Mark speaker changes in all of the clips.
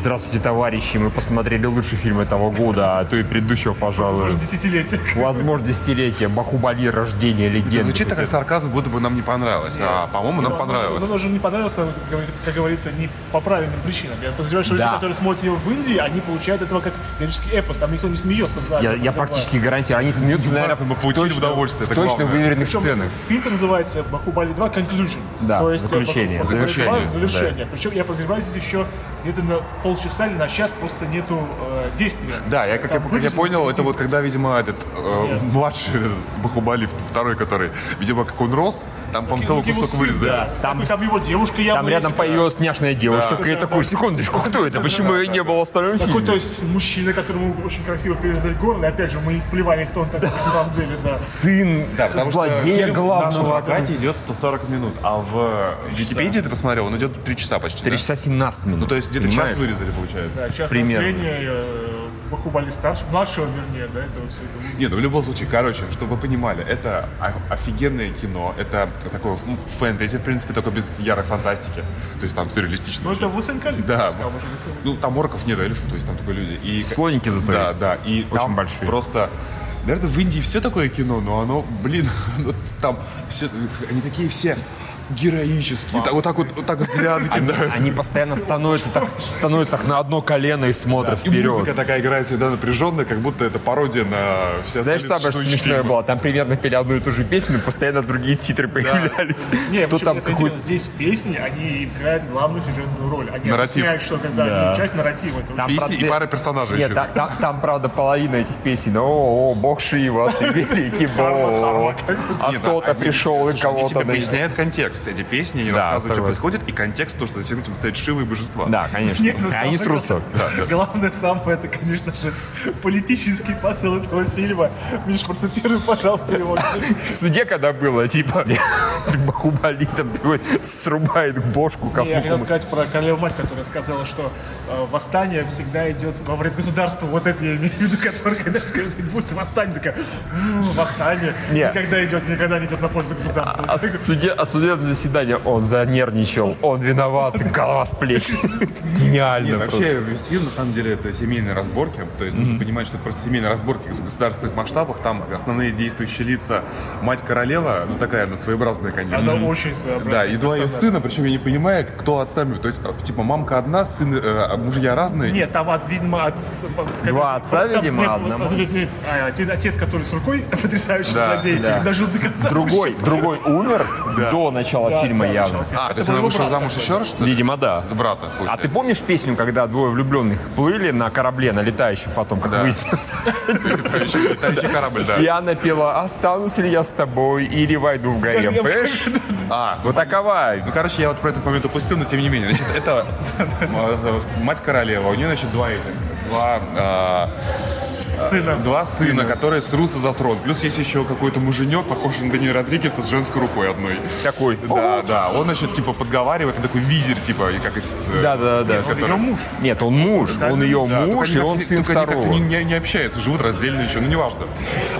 Speaker 1: Здравствуйте, товарищи, мы посмотрели лучшие фильмы того года, а то и предыдущего, пожалуй.
Speaker 2: Десятилетие.
Speaker 1: Возможно, десятилетие, Бахубали, рождение, легенды.
Speaker 3: Звучит так, как сарказм, будто бы нам не понравилось. А, по-моему, нам понравилось.
Speaker 2: Ну, он уже не понравилось, там, как говорит- как говорится, не по правильным причинам. Я подозреваю, что люди,
Speaker 1: Да.
Speaker 2: которые смотрят его в Индии, они получают этого как лирический эпос. Там никто не смеется. в зале,
Speaker 1: Я,
Speaker 2: там
Speaker 1: я
Speaker 2: забавно.
Speaker 1: практически гарантирую, они смеются, наверное,
Speaker 3: Классно, мы
Speaker 1: в
Speaker 3: получили
Speaker 1: точно,
Speaker 3: удовольствие,
Speaker 1: в
Speaker 3: это
Speaker 1: точно
Speaker 3: главное.
Speaker 1: выверенных
Speaker 2: Причем
Speaker 1: сценах.
Speaker 2: фильм называется «Бахубали 2. Conclusion».
Speaker 1: Да,
Speaker 2: То есть э,
Speaker 1: заключение,
Speaker 2: «Бахубали 2.
Speaker 3: завершение,
Speaker 2: Завершение. Причем я подозреваю, здесь еще где-то на полчаса или на час просто нету э, действия.
Speaker 3: Да, я как, я,
Speaker 2: Там
Speaker 3: как я
Speaker 2: вырезаны
Speaker 3: понял, это
Speaker 2: субтитры.
Speaker 3: вот когда, видимо, этот э,
Speaker 2: Нет.
Speaker 3: младший с Бахубали, второй, который, видимо, как он рос, там, по-моему, целый
Speaker 2: Его
Speaker 3: кусок
Speaker 2: сын,
Speaker 3: вырезали.
Speaker 2: да.
Speaker 1: Там
Speaker 2: Там, там его девушка явно.
Speaker 1: Там рядом
Speaker 2: есть, да.
Speaker 1: появилась няшная девушка,
Speaker 3: Да.
Speaker 1: и я такой, секундочку, кто это? Почему ее не было в остальном
Speaker 2: Какой-то
Speaker 1: фильме?
Speaker 2: есть мужчина, которому очень красиво перерезали горло, и опять же, мы плевали, кто он такой на самом деле, да.
Speaker 1: Сын злодея
Speaker 3: В
Speaker 1: главного.
Speaker 3: прокате идет 140 минут, а в Википедии ты посмотрел, он идет 3 часа почти.
Speaker 1: 3
Speaker 3: да?
Speaker 1: часа 17 минут.
Speaker 3: Ну, то есть где-то
Speaker 1: понимаешь?
Speaker 3: час вырезали, получается.
Speaker 2: Да, сейчас
Speaker 1: Примерно.
Speaker 2: наследие, э, Бахубали старше, младшего, вернее, да, этого все это.
Speaker 3: Не, ну в любом случае, короче, чтобы вы понимали, это о- офигенное кино, это такое ф- фэнтези, в принципе, только без ярой фантастики. То есть там все реалистично.
Speaker 2: Ну, это Высен
Speaker 3: Да. Ну, там орков нет, эльфов, то есть там только люди. И...
Speaker 1: Слоники зато
Speaker 3: Да,
Speaker 1: есть.
Speaker 3: да. И
Speaker 1: Очень
Speaker 3: там
Speaker 1: большие.
Speaker 3: просто... Наверное, в Индии все такое кино, но оно, блин, оно там все, они такие все героические. Так- вот так вот, вот так взгляды кидают.
Speaker 1: Они постоянно становятся так, становятся так на одно колено и смотрят
Speaker 3: И музыка
Speaker 1: вперед.
Speaker 3: такая играет всегда напряженная, как будто это пародия на все
Speaker 1: Знаешь,
Speaker 3: остальные
Speaker 1: самое что смешное
Speaker 3: фильмы.
Speaker 1: было? Там примерно пели одну и ту же песню, но постоянно другие титры появлялись.
Speaker 2: Не,
Speaker 1: Кто
Speaker 2: Тут
Speaker 1: там какой-то...
Speaker 2: здесь песни, они играют главную сюжетную роль. Они
Speaker 3: Нарратив.
Speaker 2: объясняют, что когда
Speaker 1: Да.
Speaker 2: они часть нарратива. Это
Speaker 1: Там,
Speaker 3: Песни
Speaker 1: правда,
Speaker 3: и пара персонажей
Speaker 1: Нет,
Speaker 3: еще.
Speaker 1: та- та- там, правда, половина этих песен. О, о, бог Шива, ты великий бог. А
Speaker 3: Нет,
Speaker 1: кто-то
Speaker 3: они-
Speaker 1: пришел и
Speaker 3: слушай, они
Speaker 1: кого-то...
Speaker 3: тебе
Speaker 1: на-
Speaker 3: поясняет контекст. Эти песни, они
Speaker 1: Да,
Speaker 3: рассказывают, что
Speaker 1: согласен.
Speaker 3: происходит, и контекст, то, что за всем этим стоит Шива и божества.
Speaker 1: Да, конечно.
Speaker 2: Нет, ну,
Speaker 1: Они
Speaker 2: самое
Speaker 1: срутся.
Speaker 2: главное- Главное самое, это, конечно же, политический посыл этого фильма. Миш, процитируй, пожалуйста, его.
Speaker 1: В суде когда было, типа, Бахубали там приходит, срубает бошку
Speaker 2: Не, Я хотел
Speaker 1: кому
Speaker 2: сказать про королеву мать, которая сказала, что э, восстание всегда идет во вред государству. Вот это я имею в виду, который, когда скажет, будет восстание, такая, «М, восстание.
Speaker 1: Не.
Speaker 2: Никогда идет, никогда не идет на пользу государству.
Speaker 1: А
Speaker 2: Ты-
Speaker 1: суде, а судебное заседание он занервничал, он виноват, голова с плеч.
Speaker 3: Нет,
Speaker 1: Гениально просто.
Speaker 3: вообще весь фильм на самом деле это семейные разборки. То есть нужно понимать, что это просто семейные разборки в государственных масштабах. Там основные действующие лица мать королева, ну такая она своеобразная, конечно.
Speaker 2: Она очень своеобразная.
Speaker 3: Да, и два ее
Speaker 2: персонаж.
Speaker 3: сына, причем я не понимаю, кто отца. То есть, э, типа, мамка одна, сын, э, мужья разные.
Speaker 2: Нет, там от, видимо, от...
Speaker 1: Два отца,
Speaker 2: там,
Speaker 1: видимо,
Speaker 2: нет,
Speaker 1: одному.
Speaker 2: от- нет, нет, а, отец, отец, который с рукой, потрясающий
Speaker 3: Да,
Speaker 2: злодей,
Speaker 1: да.
Speaker 2: дожил до конца.
Speaker 1: Другой, другой умер до начала
Speaker 2: Да,
Speaker 1: фильма
Speaker 2: да,
Speaker 1: явно.
Speaker 3: А, то есть
Speaker 2: был
Speaker 3: она
Speaker 2: его
Speaker 3: вышла
Speaker 2: брат
Speaker 3: замуж
Speaker 2: такой.
Speaker 3: еще раз, что ли?
Speaker 1: Видимо, да.
Speaker 3: За брата,
Speaker 1: А
Speaker 3: получается.
Speaker 1: ты помнишь песню, когда двое влюбленных плыли на корабле, на летающем потом, как
Speaker 3: Да.
Speaker 1: выяснилось?
Speaker 3: Летающий летающий корабль, да.
Speaker 1: И она пела «Останусь ли я с тобой или войду в гарем?»
Speaker 2: Я-
Speaker 1: Понимаешь?
Speaker 3: А,
Speaker 1: Вот такова.
Speaker 3: Ну, короче, я вот про этот момент упустил, но тем не менее. Значит, это м- мать королева, у нее, значит, два этих, два, а,
Speaker 2: Сына.
Speaker 3: два сына, которые срутся за трон. Плюс есть еще какой-то муженек, похожий на Дани Родригеса с женской рукой одной.
Speaker 1: Такой.
Speaker 3: Да, да. Он, значит, типа подговаривает, он такой визер, типа, и как из... э,
Speaker 1: Да, да, да.
Speaker 3: который-
Speaker 2: Ее А, муж.
Speaker 1: Нет, он муж. Он ее
Speaker 3: Да, только
Speaker 1: муж,
Speaker 3: они
Speaker 1: и он
Speaker 3: как-то-
Speaker 1: сын
Speaker 3: только они как-то
Speaker 1: второго.
Speaker 3: не, не- не общаются, живут раздельно еще, ну неважно.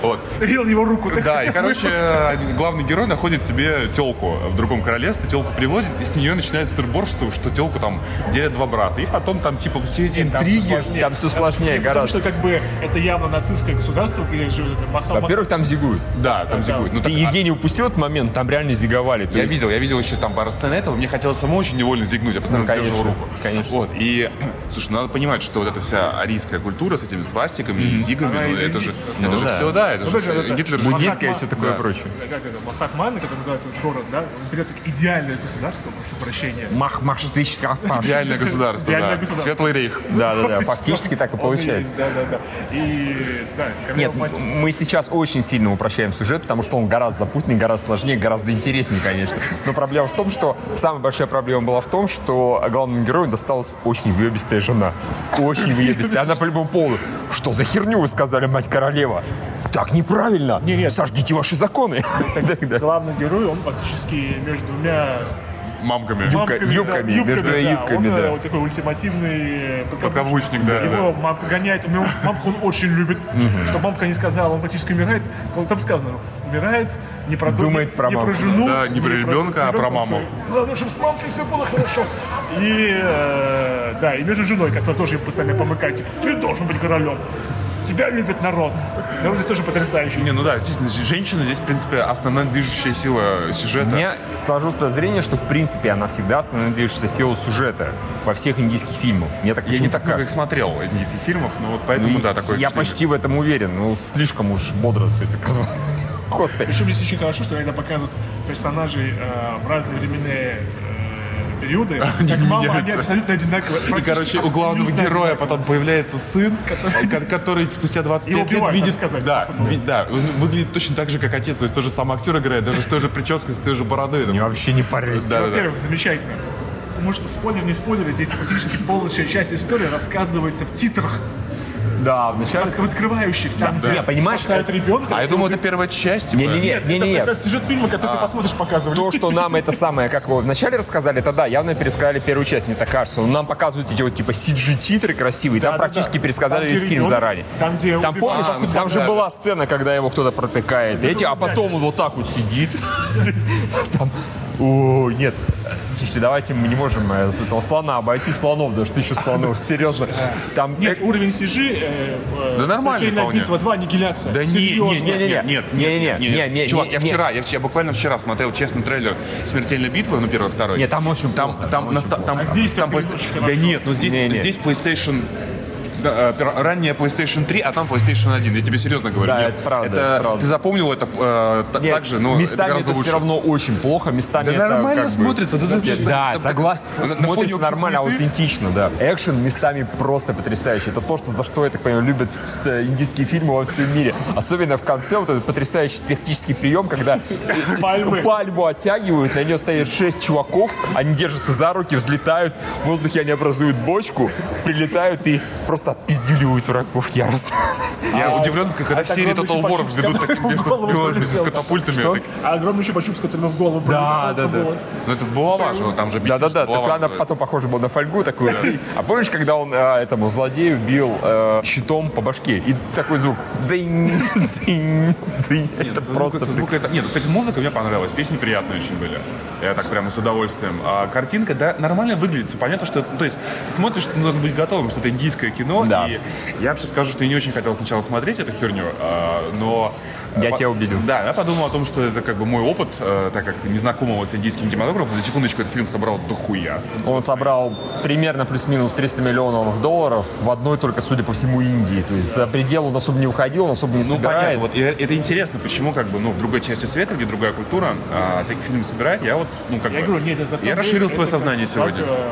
Speaker 3: Вот.
Speaker 2: Видел его руку. так
Speaker 3: Да, и,
Speaker 2: хотя бы.
Speaker 3: короче, один- главный герой находит себе телку в другом королевстве, телку привозит, и с нее начинает сырборство, что телку там делят два брата. И потом там, типа, все эти
Speaker 2: там
Speaker 3: интриги.
Speaker 2: сложнее.
Speaker 1: Там все сложнее
Speaker 2: Потому
Speaker 1: гораздо.
Speaker 2: что как бы это явно нацистское государство, где живет это Махама.
Speaker 1: Во-первых, там зигуют.
Speaker 3: Да, там
Speaker 2: Да,
Speaker 3: зигуют. Ну,
Speaker 1: Ты,
Speaker 3: так, а-
Speaker 1: Евгений, упустил этот момент? Там реально зиговали. то
Speaker 3: Я
Speaker 1: есть-
Speaker 3: видел, я видел еще там пару сцен этого. Мне хотелось самому очень невольно зигнуть, я постоянно
Speaker 1: Ну, конечно,
Speaker 3: сдерживал руку.
Speaker 1: конечно.
Speaker 3: Вот, и, слушай, ну, надо понимать, что вот эта вся арийская культура с этими свастиками и зигами,
Speaker 2: Она
Speaker 3: ну,
Speaker 2: из
Speaker 3: это же,
Speaker 2: Индии.
Speaker 3: это
Speaker 1: Ну,
Speaker 3: же
Speaker 1: да.
Speaker 3: все, да, это
Speaker 2: Ну,
Speaker 3: же
Speaker 2: слушай, это-
Speaker 3: Гитлер же...
Speaker 1: Буддистское и
Speaker 2: Махатма-
Speaker 1: все такое
Speaker 3: да.
Speaker 1: прочее.
Speaker 2: как это, Махатман, как называется этот город, да? Он берется как идеальное государство, прошу прощения.
Speaker 1: Мах, мах, ты сейчас
Speaker 3: Идеальное государство,
Speaker 2: Идеальное
Speaker 3: да.
Speaker 2: государство.
Speaker 3: Светлый рейх.
Speaker 1: Да, да, да, фактически так и
Speaker 2: Он
Speaker 1: получается.
Speaker 2: есть, Да, да, да. И, да,
Speaker 1: Нет,
Speaker 2: королева мать.
Speaker 1: мы сейчас очень сильно упрощаем сюжет, потому что он гораздо запутаннее, гораздо сложнее, гораздо интереснее, конечно. Но проблема в том, что самая большая проблема была в том, что главному герою досталась очень выебистая жена. Очень выебистая. Она по любому поводу. Что за херню вы сказали, мать королева? Так неправильно.
Speaker 2: Не, нет.
Speaker 1: ну, Сожгите ваши законы. И так далее.
Speaker 2: Главный герой, он фактически между двумя
Speaker 3: мамками.
Speaker 1: Юбка-
Speaker 2: Мамками, да,
Speaker 1: юбками, между юбками,
Speaker 2: он,
Speaker 1: да.
Speaker 2: э, вот такой ультимативный э,
Speaker 3: Подкаблучник, да,
Speaker 2: Его мамка гоняет, у него мамку он очень любит, что мамка не сказала, он фактически умирает, он там сказано, умирает, не про дом,
Speaker 1: Думает
Speaker 2: не-
Speaker 1: про
Speaker 2: не
Speaker 1: мамку,
Speaker 2: про жену,
Speaker 3: да, не про ребенка, а про
Speaker 2: ребенка,
Speaker 3: маму.
Speaker 2: такой, Главное, чтобы с мамкой все было хорошо. И, э, да, и между женой, которая тоже им постоянно помыкает, типа, ты должен быть королем. Тебя любит народ. Народ здесь тоже потрясающий.
Speaker 3: Не, ну да, естественно, ж- женщина здесь, в принципе, основная движущая сила сюжета.
Speaker 1: Мне сложилось подозрение, что в принципе она всегда основная движущая сила сюжета во всех индийских фильмах. Мне так
Speaker 3: я не
Speaker 1: почему-то
Speaker 3: так много их
Speaker 1: кажется.
Speaker 3: смотрел индийских фильмов, но вот поэтому,
Speaker 1: Ну,
Speaker 3: да, такой
Speaker 1: Я
Speaker 3: впечатление.
Speaker 1: почти в этом уверен. Ну, слишком уж бодро все это казалось. Господи.
Speaker 2: Причем здесь очень хорошо, что когда показывают персонажей э, в разные временные э, периоды, как мама, они
Speaker 3: меняются.
Speaker 2: абсолютно одинаковые.
Speaker 3: И, короче, у главного героя потом появляется сын, ко- который спустя 25
Speaker 2: И
Speaker 3: лет
Speaker 2: убивает,
Speaker 3: видит...
Speaker 2: так сказать,
Speaker 3: да,
Speaker 2: футбол.
Speaker 3: ви- да, он выглядит точно так же, как отец. То есть тоже сам актер играет, даже с той же прической, с той же бородой. там.
Speaker 1: Они вообще не парились.
Speaker 3: Да, да, да.
Speaker 2: Во-первых, замечательно. Может, спойлер, не спойлер, здесь фактически полная часть истории рассказывается в титрах,
Speaker 1: Да, вначале...
Speaker 2: в открывающих, там,
Speaker 1: да.
Speaker 2: где
Speaker 1: Не, понимаешь,
Speaker 2: спасают
Speaker 1: это-
Speaker 2: ребенка.
Speaker 3: А я думал, это первая часть. типа.
Speaker 1: Не-не-не.
Speaker 2: Нет, это,
Speaker 1: не-не-не. А,
Speaker 2: это сюжет фильма, который ты посмотришь, показывали.
Speaker 1: То, что нам это самое, как вы вначале рассказали, это да, явно пересказали первую часть, мне так кажется. Но нам показывают эти вот типа CG-титры красивые, там
Speaker 2: да,
Speaker 1: практически
Speaker 2: да.
Speaker 1: пересказали
Speaker 2: Там, где
Speaker 1: весь фильм
Speaker 2: ребенок,
Speaker 1: заранее.
Speaker 2: там, где
Speaker 1: Там,
Speaker 2: убивают,
Speaker 1: помнишь,
Speaker 2: а,
Speaker 1: там же
Speaker 3: да.
Speaker 1: была сцена, когда его кто-то протыкает эти, а потом он вот так вот сидит. Там, о, нет. Слушайте, давайте мы не можем э, с этого слона обойти слонов, даже тысячу слонов, серьезно. Там
Speaker 2: Нет,
Speaker 1: э,
Speaker 2: уровень CG... э, э,
Speaker 3: Да нормально
Speaker 2: «Смертельная
Speaker 3: вполне.
Speaker 2: битва 2, аннигиляция.
Speaker 3: Да не, не,
Speaker 2: Серьезно.
Speaker 3: не, не, нет, нет,
Speaker 1: Не-не-не,
Speaker 3: нет, нет,
Speaker 1: не-не-не,
Speaker 3: нет. Чувак, я
Speaker 1: не-не.
Speaker 3: вчера, я вчера- я буквально вчера смотрел честный трейлер «Смертельной битвы», ну, первый, второй.
Speaker 1: Не, там очень
Speaker 3: Там,
Speaker 1: плохо,
Speaker 3: там, наста- там,
Speaker 2: А здесь
Speaker 3: там
Speaker 2: так
Speaker 3: PlayStation-
Speaker 2: очень
Speaker 3: Да
Speaker 2: хорошо.
Speaker 3: нет, ну здесь,
Speaker 1: Не-не.
Speaker 3: здесь PlayStation... да, э, пер- ранняя PlayStation 3, а там PlayStation 1. Я тебе серьезно говорю.
Speaker 1: Да,
Speaker 3: нет.
Speaker 1: это правда,
Speaker 3: Это-
Speaker 1: это правда.
Speaker 3: Ты запомнил это э, та-
Speaker 1: Нет,
Speaker 3: так же, но это
Speaker 1: местами
Speaker 3: гораздо
Speaker 1: это
Speaker 3: лучше.
Speaker 1: все равно очень плохо, местами
Speaker 3: Да
Speaker 1: это
Speaker 3: нормально
Speaker 1: как бы-
Speaker 3: смотрится, да, да, да,
Speaker 1: да,
Speaker 3: да,
Speaker 1: согласен,
Speaker 3: на- на
Speaker 1: смотрится
Speaker 3: фоне
Speaker 1: нормально,
Speaker 3: общей суеты.
Speaker 1: аутентично, да. Экшен местами просто потрясающий. Это то, что за что, я так понимаю, любят с- индийские фильмы во всем мире. Особенно в конце вот этот потрясающий технический прием, когда
Speaker 2: Пальмы.
Speaker 1: пальму оттягивают, на нее стоят шесть чуваков, они держатся за руки, взлетают, в воздухе они образуют бочку, прилетают и просто отпиздюливают врагов яростно.
Speaker 3: Я удивлен, как когда
Speaker 2: это
Speaker 3: серии
Speaker 2: огромный
Speaker 3: Total War
Speaker 2: щипачок с
Speaker 3: ведут таким
Speaker 2: катапультами в голову
Speaker 3: бегом с
Speaker 2: прилетел.
Speaker 3: катапультами.
Speaker 1: Что?
Speaker 3: Так-
Speaker 2: А огромный еще почуп, с которым в голову пролетело, это было.
Speaker 3: Ну это булава же, он там же объяснил,
Speaker 1: Да-да-да,
Speaker 3: что
Speaker 1: так
Speaker 3: булава
Speaker 1: она
Speaker 3: называется.
Speaker 1: потом похоже была на фольгу такую. А помнишь, когда он а, этому злодею бил э, щитом по башке? И такой звук. Дзынь, дзынь, дзынь.
Speaker 3: Нет,
Speaker 1: Это
Speaker 3: со
Speaker 1: просто...
Speaker 3: звука- со звука это- Нет, кстати, музыка мне понравилась, песни приятные очень были. Я так прямо с удовольствием. А картинка, да, нормально выглядит. Все понятно, что... ну, То есть, ты смотришь, ты должен быть готовым, что это индийское кино.
Speaker 1: Да.
Speaker 3: И я вообще скажу, что я не очень хотел сначала смотреть эту херню, а, но...
Speaker 1: Я
Speaker 3: По-
Speaker 1: тебя убедил.
Speaker 3: Да, я подумал о том, что это как бы мой опыт, э, так как незнакомого с индийским кинематографом, за секундочку этот фильм собрал дохуя.
Speaker 1: Он собрал примерно плюс-минус 300 миллионов долларов в одной только, судя по всему, Индии. То есть за предел он особо не уходил, он особо не
Speaker 3: Ну, понятно.
Speaker 1: собирает.
Speaker 3: Вот, и это интересно, почему как бы, ну, в другой части света, где другая культура, а, такие фильмы собирает, я вот, ну, как
Speaker 2: Я
Speaker 3: бы...
Speaker 2: говорю, нет, это за
Speaker 3: я
Speaker 2: самом деле,
Speaker 3: расширил
Speaker 2: это
Speaker 3: свое
Speaker 2: как-
Speaker 3: сознание
Speaker 2: как,
Speaker 3: сегодня.
Speaker 2: э,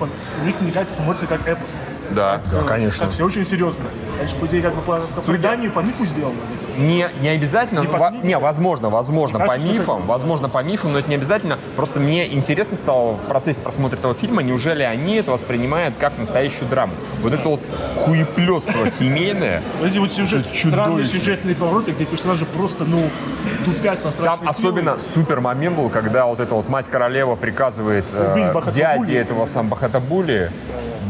Speaker 2: фан- У них никак смотрится как эпос.
Speaker 3: Да.
Speaker 1: Да, конечно.
Speaker 2: Так все очень серьезно. Конечно, по идее, как бы по, по преданию, по мифу сделано.
Speaker 1: Не, не обязательно,
Speaker 2: Не
Speaker 1: ну,
Speaker 2: по
Speaker 1: во-
Speaker 2: книге?
Speaker 1: не, возможно, возможно,
Speaker 2: Мне
Speaker 1: по
Speaker 2: кажется, что
Speaker 1: мифам,
Speaker 2: это-
Speaker 1: возможно, по мифам, но это не обязательно. Просто мне интересно стало в процессе просмотра этого фильма, неужели они это воспринимают как настоящую драму. Вот это вот хуеплетство семейное,
Speaker 2: Вот эти вот сюжет,
Speaker 1: Это
Speaker 2: странные
Speaker 1: чудовищно.
Speaker 2: сюжетные повороты, где персонажи просто, ну, тупят со страшной
Speaker 1: там особенно супер момент был, когда вот эта вот мать-королева приказывает э,
Speaker 2: Убить Бахатабули.
Speaker 1: дяде этого сам Бахатабули,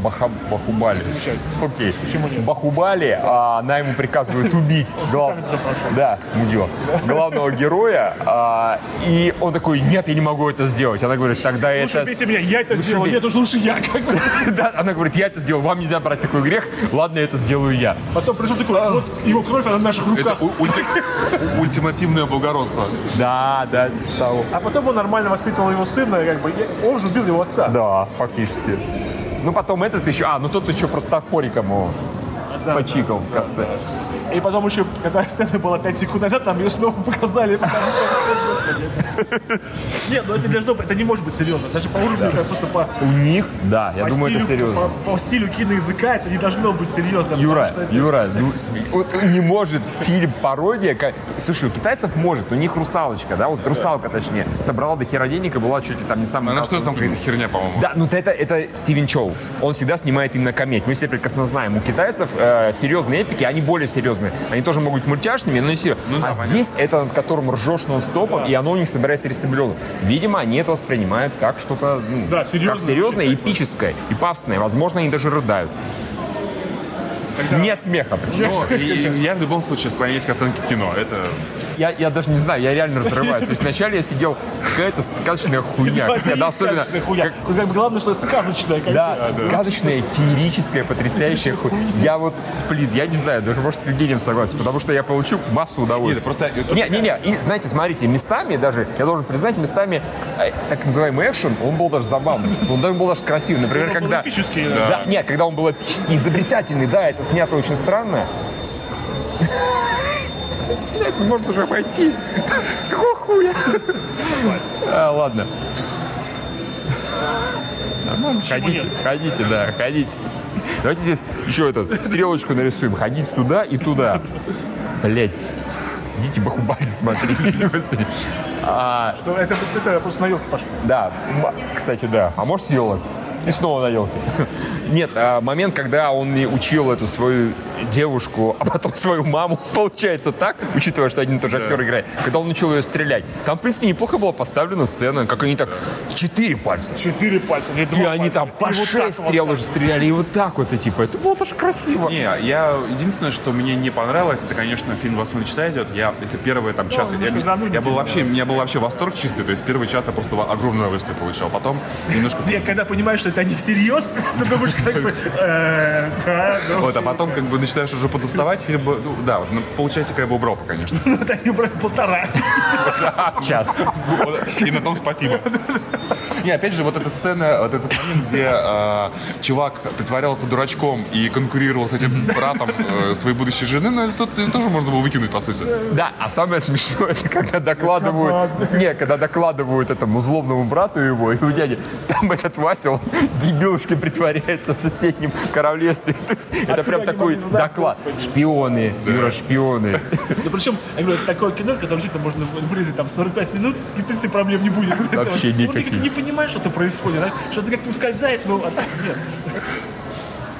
Speaker 1: Баха, Бахубали.
Speaker 2: Замечательно.
Speaker 1: Окей.
Speaker 2: Почему нет?
Speaker 1: Бахубали, а она ему приказывает убить глав-
Speaker 2: специально запрошел.
Speaker 1: да, мудила, главного героя. а, И он такой, нет, я не могу это сделать. Она говорит, тогда
Speaker 2: Лучше
Speaker 1: это...
Speaker 2: бейте «Ну, меня, я это
Speaker 1: Лучше
Speaker 2: сделал,
Speaker 1: бей.
Speaker 2: нет, уж лучше я. Как бы.
Speaker 1: Да, она говорит, я это сделал, вам нельзя брать такой грех, ладно, я это сделаю я.
Speaker 2: Потом пришел такой, а вот его кровь, она в наших
Speaker 3: Это
Speaker 2: руках.
Speaker 3: у- ульти- ультимативное благородство.
Speaker 1: Да, да, типа того.
Speaker 2: А потом он нормально воспитывал его сына, как бы, и он же убил его отца.
Speaker 1: Да, фактически. Ну, потом этот еще... А, ну тот еще просто ему
Speaker 2: да,
Speaker 1: почикал в конце.
Speaker 2: И потом еще, когда сцена была 5 секунд назад, там ее снова показали, потому что... Господи. Нет, ну это должно быть, это не может быть серьезно. Даже по уровню, как просто по...
Speaker 1: У них, да, я
Speaker 2: по
Speaker 1: думаю, это
Speaker 2: стилю-
Speaker 1: серьезно.
Speaker 2: По, по стилю киноязыка это не должно быть серьезно. потому
Speaker 1: Юра,
Speaker 2: что это-
Speaker 1: Юра, ну, вот не может фильм пародия. ка- Слушай, у китайцев может, у них русалочка, да, вот русалка точнее, собрала до хера денег и была чуть ли там не самая.
Speaker 3: Ну, Она А что же там какая-то херня, по-моему?
Speaker 1: Да, ну это, это Стивен Чоу. Он всегда снимает именно комедии. Мы все прекрасно знаем, у китайцев э, серьезные эпики, они более серьезные. разные. Они тоже могут быть мультяшными, но не серьезно.
Speaker 3: Ну да,
Speaker 1: а
Speaker 3: понятно.
Speaker 1: здесь это над которым ржешь нон-стопом, и оно у них собирает 300 миллионов. Видимо, они это воспринимают как что-то ну,
Speaker 2: Да,
Speaker 1: как
Speaker 2: серьезно,
Speaker 1: серьезное,
Speaker 2: очень как бы.
Speaker 1: эпическое и пафосное. Возможно, они даже рыдают. Не от смеха. причем.
Speaker 3: Но Ну, и- и я в любом случае склоняюсь к оценке кино. Это
Speaker 1: Я, я даже не знаю, я реально разрываюсь. То есть вначале я сидел, какая-то сказочная хуйня. Когда особенно...
Speaker 2: Сказочная хуйня. То есть, как бы, главное, что сказочная. как бы.
Speaker 1: Да, сказочная, феерическая, потрясающая хуйня. Я вот, блин, я не знаю, даже может с Евгением согласен, потому что я получу массу удовольствия.
Speaker 3: Нет, просто-
Speaker 1: Не, не, не, и знаете, смотрите, местами даже, я должен признать, местами э, так называемый экшен, он был даже забавный, он даже был даже красивый. Например,
Speaker 2: Он был
Speaker 1: когда...
Speaker 2: эпический, да.
Speaker 1: Да, нет, когда он был эпический, изобретательный, да, это снято очень странно. Блядь, не может уже пойти. Какого хуя? А, Ладно. Нормально, Ходите,
Speaker 2: нет?
Speaker 1: ходите, да, ходите. Давайте здесь еще этот, стрелочку нарисуем. Ходите туда и туда. Блять. Идите бахубали смотрите. Господи. А,
Speaker 2: Что это, это просто на елку пошло.
Speaker 1: да, м- кстати, да. А может, с елок? И снова на елке. Нет, а, момент, когда он не учил эту свою девушку, а потом свою маму, получается так, учитывая, что один и тот же актер играет, когда он учил ее стрелять. Там, в принципе, неплохо была поставлена сцена, как они так четыре пальца.
Speaker 2: Четыре пальца. или два
Speaker 1: И они
Speaker 2: пальца.
Speaker 1: там по
Speaker 2: И вот так
Speaker 1: шесть
Speaker 2: вот
Speaker 1: стрел
Speaker 2: так.
Speaker 1: уже стреляли, и вот так вот, и типа, это было даже красиво.
Speaker 3: Не, я единственное, что мне не понравилось, это, конечно, фильм «Вас не чита» идет. Я, если первые там час,
Speaker 2: Ну,
Speaker 3: я,
Speaker 2: немножко
Speaker 3: я
Speaker 2: занудно,
Speaker 3: был
Speaker 2: не
Speaker 3: вообще, у меня был вообще восторг чистый, то есть первый час я просто во- огромное удовольствие получал. Потом немножко...
Speaker 2: Не, когда понимаешь, что это они всерьез, ты думаешь, как бы, э, да, ну,
Speaker 3: Вот, а потом как бы начинаешь уже подуставать, фильм, бы- ну, да, вот, ну, полчасика я бы убрал, бы, конечно.
Speaker 2: ну, вот они брали полтора.
Speaker 1: Час.
Speaker 3: И на том спасибо. Не, опять же, вот эта сцена, вот этот момент, где э, чувак притворялся дурачком и конкурировал с этим братом э, своей будущей жены, ну, это тут тоже можно было выкинуть, по сути.
Speaker 1: Да, а самое смешное, это когда докладывают... Не, когда докладывают этому злобному брату его, и у дяди, там этот Вася, он дебилушкой притворяется в соседнем королевстве. То есть это прям
Speaker 2: они
Speaker 1: такой
Speaker 2: могли знать,
Speaker 1: доклад. Шпионы, Юра, шпионы.
Speaker 2: Ну, причем, я говорю, это такое кино, с которым действительно можно вырезать там 45 минут, и, в принципе, проблем не будет. из этого.
Speaker 1: Вообще
Speaker 2: Ну, ты
Speaker 1: никаких.
Speaker 2: как-то не понимаешь, что-то происходит, а? что-то как-то ускользает, но а, нет.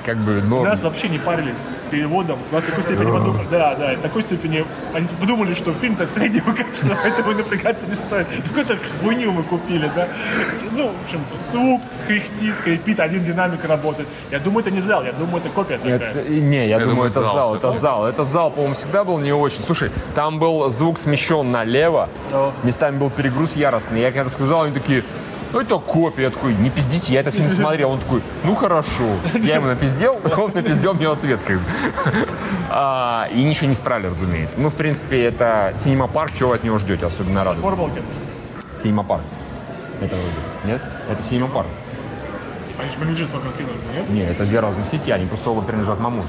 Speaker 1: Как бы, но...
Speaker 2: Нас вообще не парились с переводом. У нас такой степени подумали. Да, да, такой степени. Они подумали, что фильм-то среднего качества, поэтому и напрягаться не стоит. Какую-то хуйню мы купили, да. Ну, в общем, звук, кряхти, скрипит, один динамик работает. Я думаю, это не зал, я думаю, это копия такая.
Speaker 1: Это- не, я, думаю,
Speaker 3: думаю,
Speaker 1: это
Speaker 3: Э, зал
Speaker 1: зал, это
Speaker 3: всё-таки.
Speaker 1: зал. Этот зал, по-моему, всегда был не очень. Слушай, там был звук смещен налево,
Speaker 2: Да.
Speaker 1: местами был перегруз яростный. Я когда сказал, они такие, ну это копия. Я такой, не пиздите, я этот фильм смотрел. Он такой, ну хорошо. Я ему напиздел, он напиздел мне в ответ. как бы. А, И ничего не справили, разумеется. Ну, в принципе, это синема-парк, чего вы от него ждете, особенно рады.
Speaker 2: Формулки.
Speaker 1: Синема-парк. Это вроде. Нет? Это синема-парк.
Speaker 2: Они же менеджер только кинуться, нет?
Speaker 1: Не, это две разных сети, они просто оба принадлежат маму.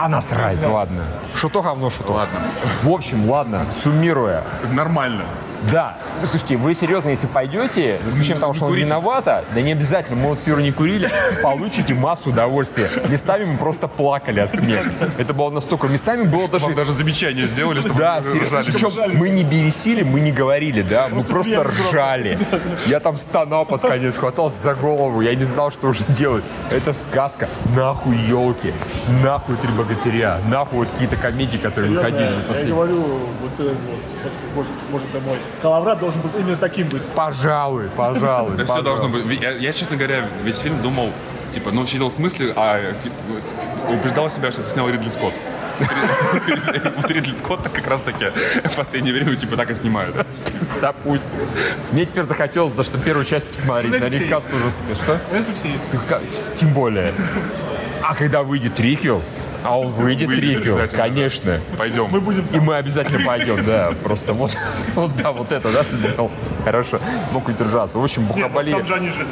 Speaker 1: А насрать, ладно. Что то говно, что то.
Speaker 3: Ладно.
Speaker 1: В общем, ладно, суммируя.
Speaker 3: Нормально.
Speaker 1: Да. Вы, Слушайте, вы серьезно, если пойдете, за исключением того, что он
Speaker 3: Куритесь.
Speaker 1: виновата, да не обязательно, мы вот с Юрой не курили, получите массу удовольствия. Местами мы просто плакали от смеха. Это было настолько... Местами было даже...
Speaker 3: Вам даже замечание сделали, чтобы
Speaker 1: Да,
Speaker 3: вы
Speaker 1: серьезно.
Speaker 3: ржали.
Speaker 1: Причем мы не бересили, мы не говорили, да, мы просто
Speaker 2: смеялись громко.
Speaker 1: ржали. Я там стонал под конец, хватался за голову, я не знал, что уже делать. Это сказка. Нахуй елки, нахуй три богатыря, нахуй вот какие-то комедии, которые
Speaker 2: Серьезно,
Speaker 1: выходили. на
Speaker 2: я
Speaker 1: последнем.
Speaker 2: говорю, вот, э, вот, господи, боже, боже ты мой. Калаврат должен был именно таким быть.
Speaker 1: Пожалуй, пожалуй.
Speaker 3: Да все
Speaker 1: пожалуй.
Speaker 3: должно быть. Ви- Я, я, честно говоря, весь фильм думал, типа, ну, сидел в смысле, а типа, с- убеждал себя, что это снял Ридли Скотт. Вот Ридли Скотта как раз таки в последнее время типа так и снимают.
Speaker 1: Допустим. Мне теперь захотелось, да, что первую часть посмотреть.
Speaker 2: Netflix.
Speaker 1: Наверняка ужасная. Что?
Speaker 2: Netflix есть.
Speaker 1: Ты как- Тем более. А когда выйдет триквел, а он выйдет,
Speaker 3: Выйдет
Speaker 1: триквел,
Speaker 3: обязательно, да.
Speaker 1: конечно.
Speaker 2: Мы
Speaker 3: Пойдем.
Speaker 2: будем
Speaker 1: И мы обязательно пойдем, да. Просто вот, вот да, вот это, да, ты сделал. Хорошо. Мог удержаться. В общем,
Speaker 2: Нет, ну,
Speaker 1: бухабали.
Speaker 2: там же они же...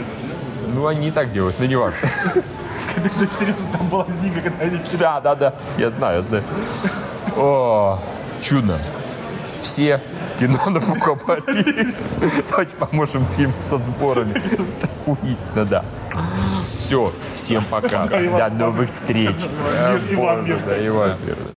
Speaker 1: Ну, они и так делают, но не важно.
Speaker 2: Когда, серьезно, там была зига, когда они кидали.
Speaker 1: Да, да, да. Я знаю, я знаю. О, чудно. Все в кино на Бухабали. Давайте поможем фильм со сборами. Охуительно, да. Все, всем пока.
Speaker 2: Иван.
Speaker 1: До новых встреч.
Speaker 2: Мир, Иван, мир.
Speaker 1: Да, Иван.